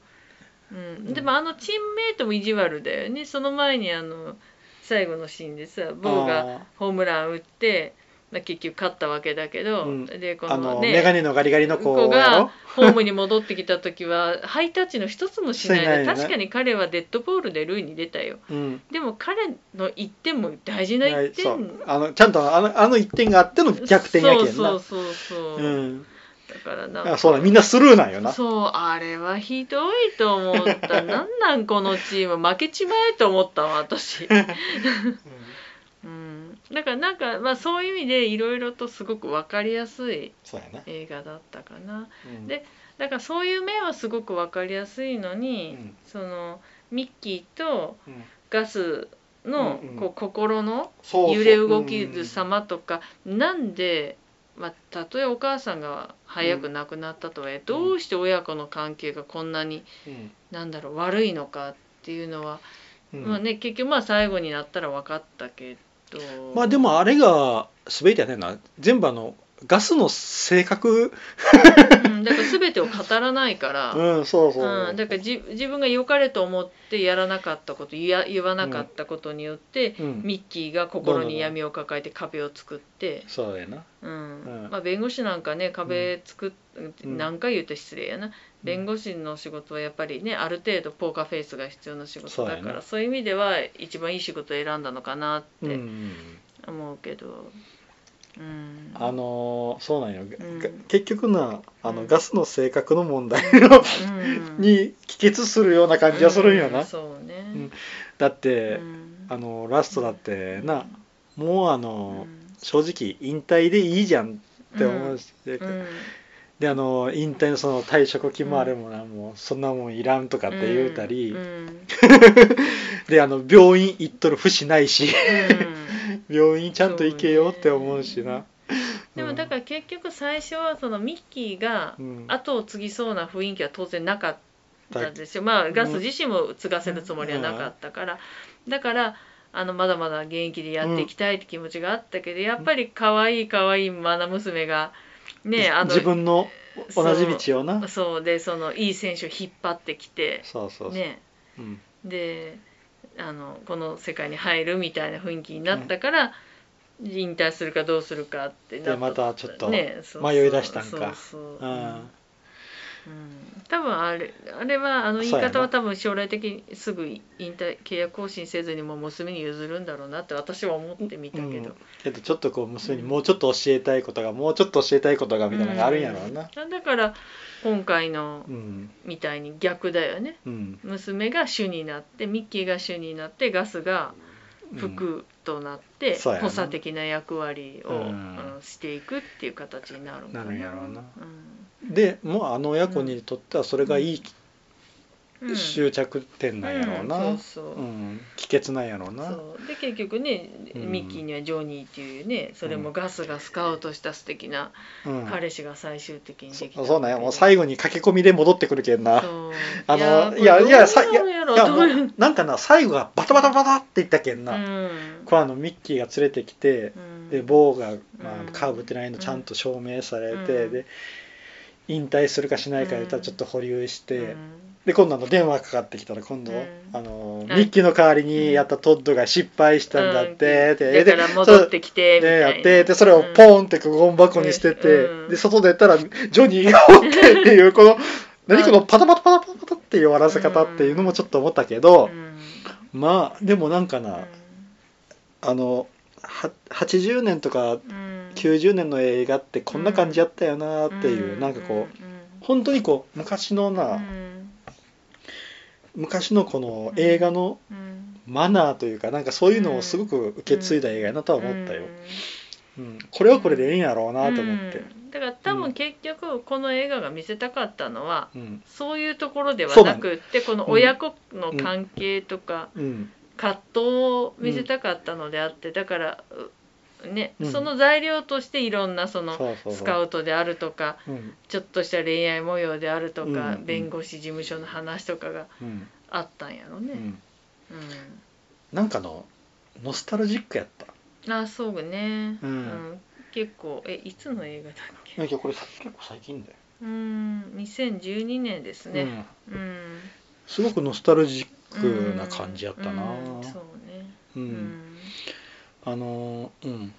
B: うん、でもあのチームメイトも意地悪だよねその前にあの最後のシーンでさ棒が
A: あ
B: ホームラン打って、まあ、結局勝ったわけだけど、
A: うん
B: でこ
A: ーあの
B: の
A: メガネ
B: ね
A: のガリガリの子
B: 子
A: やろ
B: がホームに戻ってきた時はハイタッチの一つもしない
A: しない
B: で
A: よね
B: 確かに彼はデッドボールで塁に出たよ
A: うん
B: でも彼の1点も大事な1点
A: そうあのちゃんとあのあの1点があっての逆転やけんな
B: そうそうそうそう、
A: うん
B: だからなん
A: あ
B: か
A: そうだみんなスルーなんよな
B: そうあれはひどいと思っ たなんなんこのチーム負けちまえと思ったわ 私、うん、だからなんか、まあ、そういう意味でいろいろとすごく分かりやすい
A: そうやな
B: 映画だったかな
A: うん
B: でだからそういう面はすごく分かりやすいのに、
A: うん
B: そのミッキーと
A: うん
B: ガスの
A: うんうん
B: こう心の
A: そうそう
B: 揺れ動きる様とかなんで、まあ、たとえお母さんが早く亡くなったとはいえどうして親子の関係がこんなに
A: うん
B: なんだろう悪いのかっていうのは、
A: うん
B: まあね結局まあ最後になったら分かったけど
A: まあでもあれが全てやねんな全部あのガスの性格
B: うん、だから全てを語らないから。
A: うんそうそう、
B: うん、だからじ自分が良かれと思ってやらなかったこと言や言わなかったことによって、
A: うん
B: ミッキーが心に闇を抱えて壁を作って、
A: そうやな
B: うん
A: うん
B: まあ、弁護士なんかね壁作っ、
A: ん
B: 何回言うと失礼やな弁護士の仕事はやっぱりねある程度ポーカーフェイスが必要な仕
A: そ
B: 事
A: うや
B: だ
A: な
B: からそういう意味では一番いい仕事を選んだのかなっ
A: うんう
B: て
A: ん
B: 思うけど、うん、
A: あのーそうなんよ、
B: ん
A: が結局なあの、
B: うん
A: ガスの性格の問題の
B: うん、
A: に帰結するような感じがするんよな、
B: うんそうね、
A: うんだって、
B: うん
A: あのラストだってな、もうあの、
B: ん
A: 正直引退でいいじゃんって思うし、
B: うん
A: であの引退のその退職金もあれもな、もうそんなもんいらんとかって言うたり、
B: うん うん
A: であの病院行っとる節ないし
B: うん
A: 病院ちゃんと行けよって思うしな、
B: でもだから結局最初はそのミッキーが
A: うん
B: 後を継ぎそうな雰囲気は当然なかったんですよまあガス自身も継がせるつもりはなかったからだからあのまだまだ現役でやっていきたいって気持ちがあったけどやっぱり可愛い可愛いマナ娘がねあの
A: 自分の同じ道をな
B: そうでそのいい選手を引っ張ってきて
A: そうそうそう、
B: ね
A: うん
B: であのこの世界に入るみたいな雰囲気になったから、引退するかどうするかってな
A: でまたちょっと迷い出したんか
B: そうそう
A: う
B: うん
A: ん
B: うん多分あれあれはあの言い
A: そうや
B: 方
A: な
B: は多分将来的にすぐ引退契約更新せずにもう娘に譲るんだろうなって私は思ってみたけど、
A: うんけどちょっとこう娘にもうちょっと教えたいことがもうちょっと教えたいことがみたいなのがあるんやろうな
B: うんだから今回の
A: うん
B: みたいに逆だよね
A: うん、
B: 娘が主になってミッキーが主になってガスが
A: うん
B: 服となって
A: そうやな
B: 補佐的な役割を、
A: うん
B: うんしていくっていう形になるんか
A: なるんやろうなでもうあの親子にとってはそれがいい
B: うんうん
A: 終着点なんやろうな、うん
B: うんそうそう
A: 帰結なんやろうな
B: そうで結局ね
A: うん
B: ミッキーにはジョニーっていうねそれもガスがスカウトした素敵な
A: うん、
B: 彼氏が最終的にできた
A: そそうなんやもう最後に駆け込みで戻ってくるけんな
B: そう
A: あのい
B: い
A: や
B: や
A: い
B: い
A: や
B: や
A: さ
B: さ
A: い
B: い
A: や
B: や
A: い
B: や
A: や
B: ろうどうやろ
A: もうなんかな最後がバタバタバタっていったけんな、
B: うん
A: こうあのミッキーが連れてきて、
B: うん
A: で棒が、ま
B: うん
A: あ、カーブってないのちゃんと証明されて、
B: うん
A: で引退するかしないか言ったらちょっと保留して、
B: うん
A: で今度あの電話かかってきたら今度、
B: うん
A: あのミ
B: はい
A: ッキーの代わりにやったトッドが失敗したんだって、
B: うん
A: で
B: だから戻ってき
A: で
B: てみたいな
A: やってでそれをポンってゴン箱に捨てて、
B: うん
A: で外出たらジョニーがおってっていうこの何このパタパタパタパタパタっていう終わらせ方っていうのもちょっと思ったけど
B: う、ん
A: まあでもなんかな、あのは80年とか
B: うん
A: 90年の映画ってこんな感じやったよなっていう、
B: う
A: なんかこう
B: うん
A: 本当にこう昔のな、
B: うん
A: 昔のこの映画の
B: うん
A: マナーというかなんかそういうのをすごく受け継いだ映画やなとは思ったよ
B: う、ん
A: うんこれはこれでええんやろうなと思って、
B: うんだから多分結局この映画が見せたかったのは、
A: うんうん
B: そういうところでは
A: そうな
B: な
A: の
B: くってこの親子の関係とか葛藤を見せたかったのであって、だからうね、
A: うん
B: その材料としていろんなその
A: そうそう
B: ス
A: そ
B: カ
A: う、
B: ウトであるとか
A: うん
B: ちょっとした恋愛模様であると
A: うんう
B: か、
A: ん
B: 弁護士事務所の話とかが
A: うん
B: あったんやろ
A: う
B: ね。
A: ん、
B: うん
A: なんかのノスタルジックやった
B: あそうね、
A: うん
B: 結構えいつの映画だっけ
A: いやこれ結構最近だよ、
B: うーん2012年です
A: う
B: ね
A: ん、
B: うん、うん、
A: すごくノスタルジックな感じやったな
B: うんそうね
A: う
B: うんん
A: あのーうん
B: うん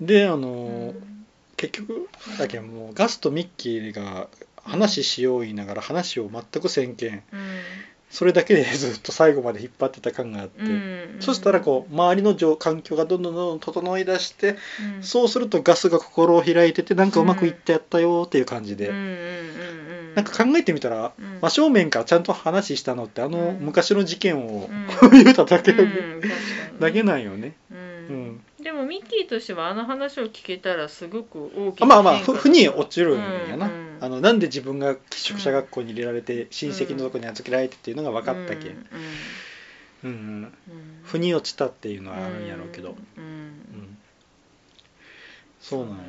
A: であ
B: う
A: のー
B: ん
A: 結局だけんもうガスとミッキーが話しよう言いながら話を全くせんけんそれだけでずっと最後まで引っ張ってた感があって、
B: うん
A: そしたらこう周りの状環境がどんどんどんどん整い出して、
B: うん、うん、
A: そうするとガスが心を開いててなんかうまくいってやったよっていう感じで、
B: うんうんうんうん
A: なんか考えてみたら
B: うん
A: 真正面からちゃんと話したのってあの
B: うん
A: 昔の事件を
B: う ん
A: 言うただけ、
B: うん確か にね
A: だけなんよね。
B: うん
A: うん
B: でもミッキーとしてはあの話を聞けたらすごく大き
A: あ
B: な
A: まあまあ
B: 変化
A: ふ
B: だ
A: 腑に落ちるんやな、
B: うんうん
A: あのなんで自分が寄宿舎学校に入れられて親戚のとこに預けられてっていうのが分かったけ、
B: う
A: う
B: んん
A: んうん、
B: うん
A: 腑に落ちたっていうのはあるんやろうけど、
B: うん
A: うんそうなんやだ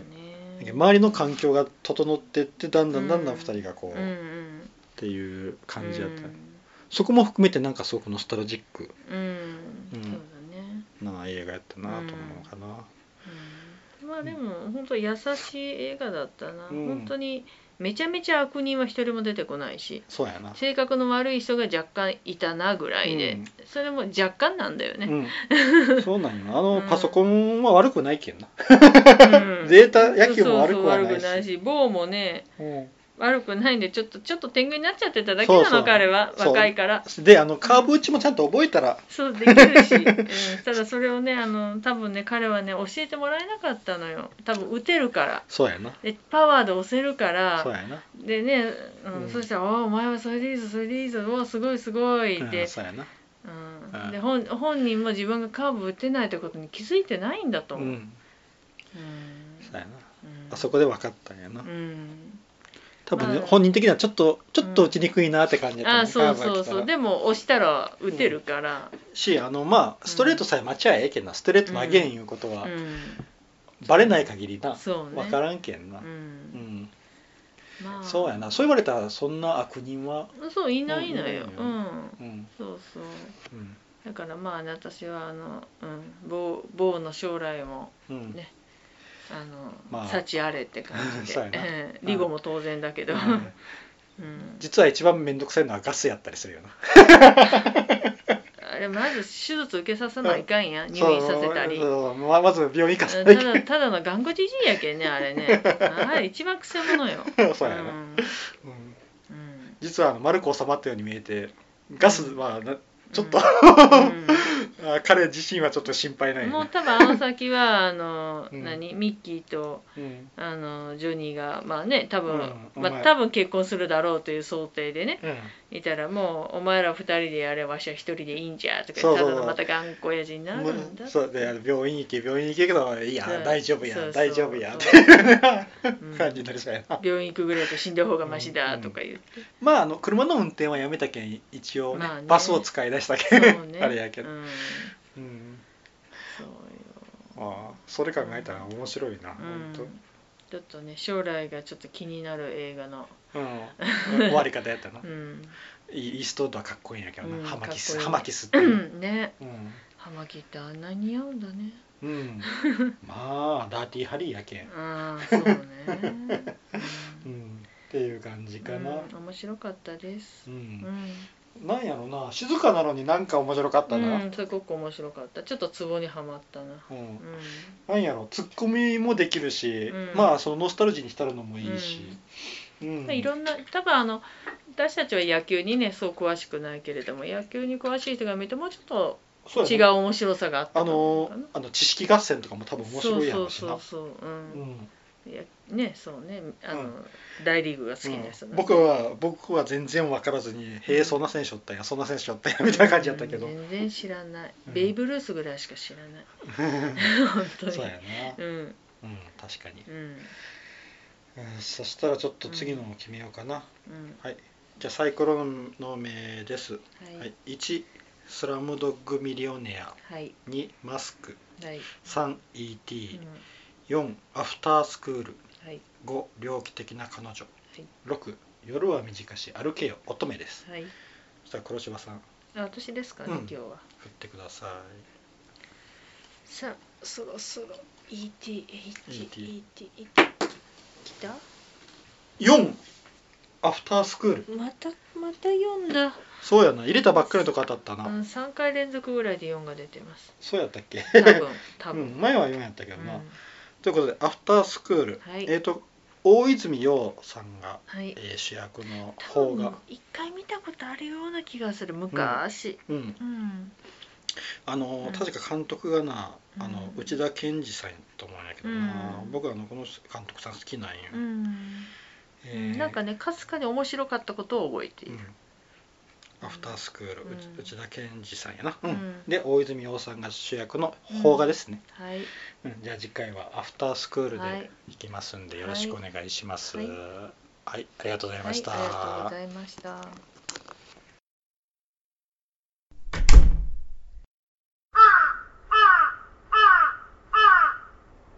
A: けど
B: だね
A: 周りの環境が整ってってだんだんだんだん
B: うん
A: 2人がこう、
B: うんう
A: っ
B: ん
A: ていう感じだった、
B: うん
A: そこも含めてなんかすごくノスタルジック
B: うん
A: う
B: そ
A: ん
B: うだね、
A: な映画やったなと思うかな、
B: うん、まあでも本当優しい映画だったな、
A: うん
B: 本当にめちゃめちゃ悪人は一人も出てこないし
A: そうやな、
B: 性格の悪い人が若干いたなぐらいで、
A: うん
B: それも若干なんだよね、
A: うん、そうなんよあの
B: うん
A: パソコンは悪くないけんな、
B: うん
A: データ野球も悪くは
B: そうそ
A: な
B: うそう悪
A: い
B: くない
A: し
B: し棒もね
A: うん
B: 悪くないんでちょっとちょっと天狗になっちゃってただけなの
A: そうそう
B: 彼は
A: そう
B: 若いから
A: であのカーブ打ちもちゃんと覚えたら
B: そうできるし、うん、ただそれをねあの多分ね彼はね教えてもらえなかったのよ多分打てるから
A: そうやな
B: でパワーで押せるから
A: そうやな
B: でね、うん
A: うん
B: そしたら「おお前はそれでいいぞそれでいいぞおーすごいすごい」っ
A: うん
B: て、
A: そうやな
B: うん
A: うん
B: で本本人も自分がカーブ打てないってことに気づいてないんだと
A: う
B: 思う、うん
A: んそうやな
B: うん
A: あそこで分かったんやな
B: うん、
A: 多分ね
B: まあ
A: 本人的にはちょっとちょっと打ちにくいなって感じやっ
B: あ
A: た
B: そう
A: カーブが来
B: そう
A: たら
B: そうでも押したら打てるから、
A: しあのまあストレートさえ待ちゃええけんなストレート投げんいうこと
B: う
A: は
B: ん
A: バレない限りな
B: そうね
A: 分からんけんな
B: う
A: うんん
B: まあ、
A: そうやなそう言われたらそんな悪人は
B: そういない
A: うんい
B: のよ
A: ないのよ
B: うん
A: うん
B: そうそう
A: うん
B: だからまあ私はあの、うん、某某の将来も
A: うん
B: ねあの、
A: まあ
B: 幸あれって感 じ
A: そうや
B: で
A: な
B: ええリゴも当然だけど、
A: うん
B: うん、
A: 実は一番面倒くさいのはガスやったりするよな
B: あれまず手術受けさせないかんや入院させたり
A: そうそうままず病院行か
B: た
A: せたり
B: だただの頑固じじいやけんねあれねあれ一番くせ者よ
A: そうやな、うん
B: んうん
A: 実はあの丸く収まったように見えてガスはな ちょっと、あ彼自身はちょっと心配な
B: う
A: い
B: ん
A: よ
B: もう
A: ね、
B: 多分あの先はあの、
A: うん
B: 何ミッキーと
A: うん
B: あのジョニーがまあね多分、
A: うん
B: ま
A: お
B: あ、
A: 前
B: 多分結婚するだろうという想定でね
A: うん、
B: いたらもう「お前ら二人でやれわしは一人でいいんじゃ」とか
A: そ
B: 言
A: う
B: っ
A: そうそう
B: てただのまた頑固親父になるんだ
A: そうで病院行け病院行けけどいや
B: うん
A: 大丈夫
B: そうそ
A: や
B: う
A: 大丈夫やって
B: そう
A: いう感じになりそうやな、
B: 病院行くぐらいと死んだ方がマシだとか言って、
A: まああの車の運転はやめたけん一応ね,、
B: まあね
A: バスを使い出したけん
B: そうね
A: あれやけ
B: う
A: ど、
B: ん、
A: うん
B: そうよ、
A: ああそれ考えたら面白いな、
B: う
A: ほ んと、
B: ん、ちょっとね将来がちょっと気になる映画の、
A: うん、終わり方やったな
B: う、ん、
A: イイーストウッドはかっこいいんやけどな、
B: うん
A: ハマキス
B: かっこいい
A: ハマキスって いう、
B: ね
A: うん
B: 葉巻ってあんなに似合うんだね
A: うん、まあダーティーハリーやけん、
B: ああそうね、
A: う
B: うん
A: ん、っていう感じかな、
B: うん面白かったです
A: う、
B: うんん
A: なんやろな静かなのになんか面白かったな、
B: うん、すごく面白かったちょっとツボにはまったな
A: うん
B: う
A: なんやろツッコミもできるし、
B: うん
A: まあそのノスタルジーに浸るのもいいし、うん
B: ん、いろんな多分あの私たちは野球にねそう詳しくないけれども野球に詳しい人が見てもちょ
A: そうや
B: っと
A: な
B: 違う面白さがあった
A: あの
B: かな
A: あの知識合戦とかも多分面白いや
B: そ
A: ろ
B: う
A: うし
B: そ
A: な
B: うそうそ
A: う
B: う、うんん、いやねそうねあの、
A: う
B: 大リーグが好きな人、
A: う
B: ね
A: ん僕は僕は全然分からずに「へえそんな選手おったんやそんな選手おったんや」みたいな感じやったけど、
B: うん全然知らない、
A: うん
B: ベイブ・ルースぐらいしか知らない本当に
A: そうやな
B: うん
A: うん確かに、
B: うん
A: うん、そしたらちょっと次のも決めようかな、
B: うん
A: じゃあサイコロの目です、
B: はい
A: はい、1「スラムドッグミリオネア
B: はい」
A: 2「マスク
B: はい、」
A: 3ET
B: うん、
A: 4アフタースクール
B: はい
A: 5猟奇的な彼女
B: い
A: 6夜は短し歩けよ乙女です
B: はい
A: そしたら黒柴さん
B: あ私ですかね、
A: うん
B: 今日は
A: 振ってくださ
B: さあそろそろ ET ET ET 来た
A: い4アフタースクール
B: またまた4だ、
A: そうやな入れたばっかりのとこ当たった
B: う
A: な、
B: ん、3回連続ぐらいで4が出てます
A: そうやったっけ
B: 多分多
A: う
B: 分、
A: ん前は4やったけど
B: うん
A: な、ということでアフタースクール、
B: はい
A: えっ、と大泉洋さんが、
B: はい
A: えー主役の
B: 多
A: 方
B: 分
A: が、
B: 一回見たことあるような気がする昔
A: うん、
B: うん
A: あのー
B: うん
A: 確か監督がなあの
B: うん
A: 内田健二さんやと思うんやけどな、
B: うん
A: 僕はあのこの監督さん好きなんよ、
B: うん、
A: えー
B: なんかねかすかに面白かったことを覚えている、
A: うん、アフタースクール、うち
B: うん
A: 内田健二さんやな、うん
B: うん
A: で大泉洋さんが主役の邦画ですね、
B: はい
A: うんじゃあ次回はアフタースクール
B: は
A: で
B: い
A: いきますんでよろしくお願いします、
B: はい
A: はい、ありがとうございました。
B: はい、ありがとうございました。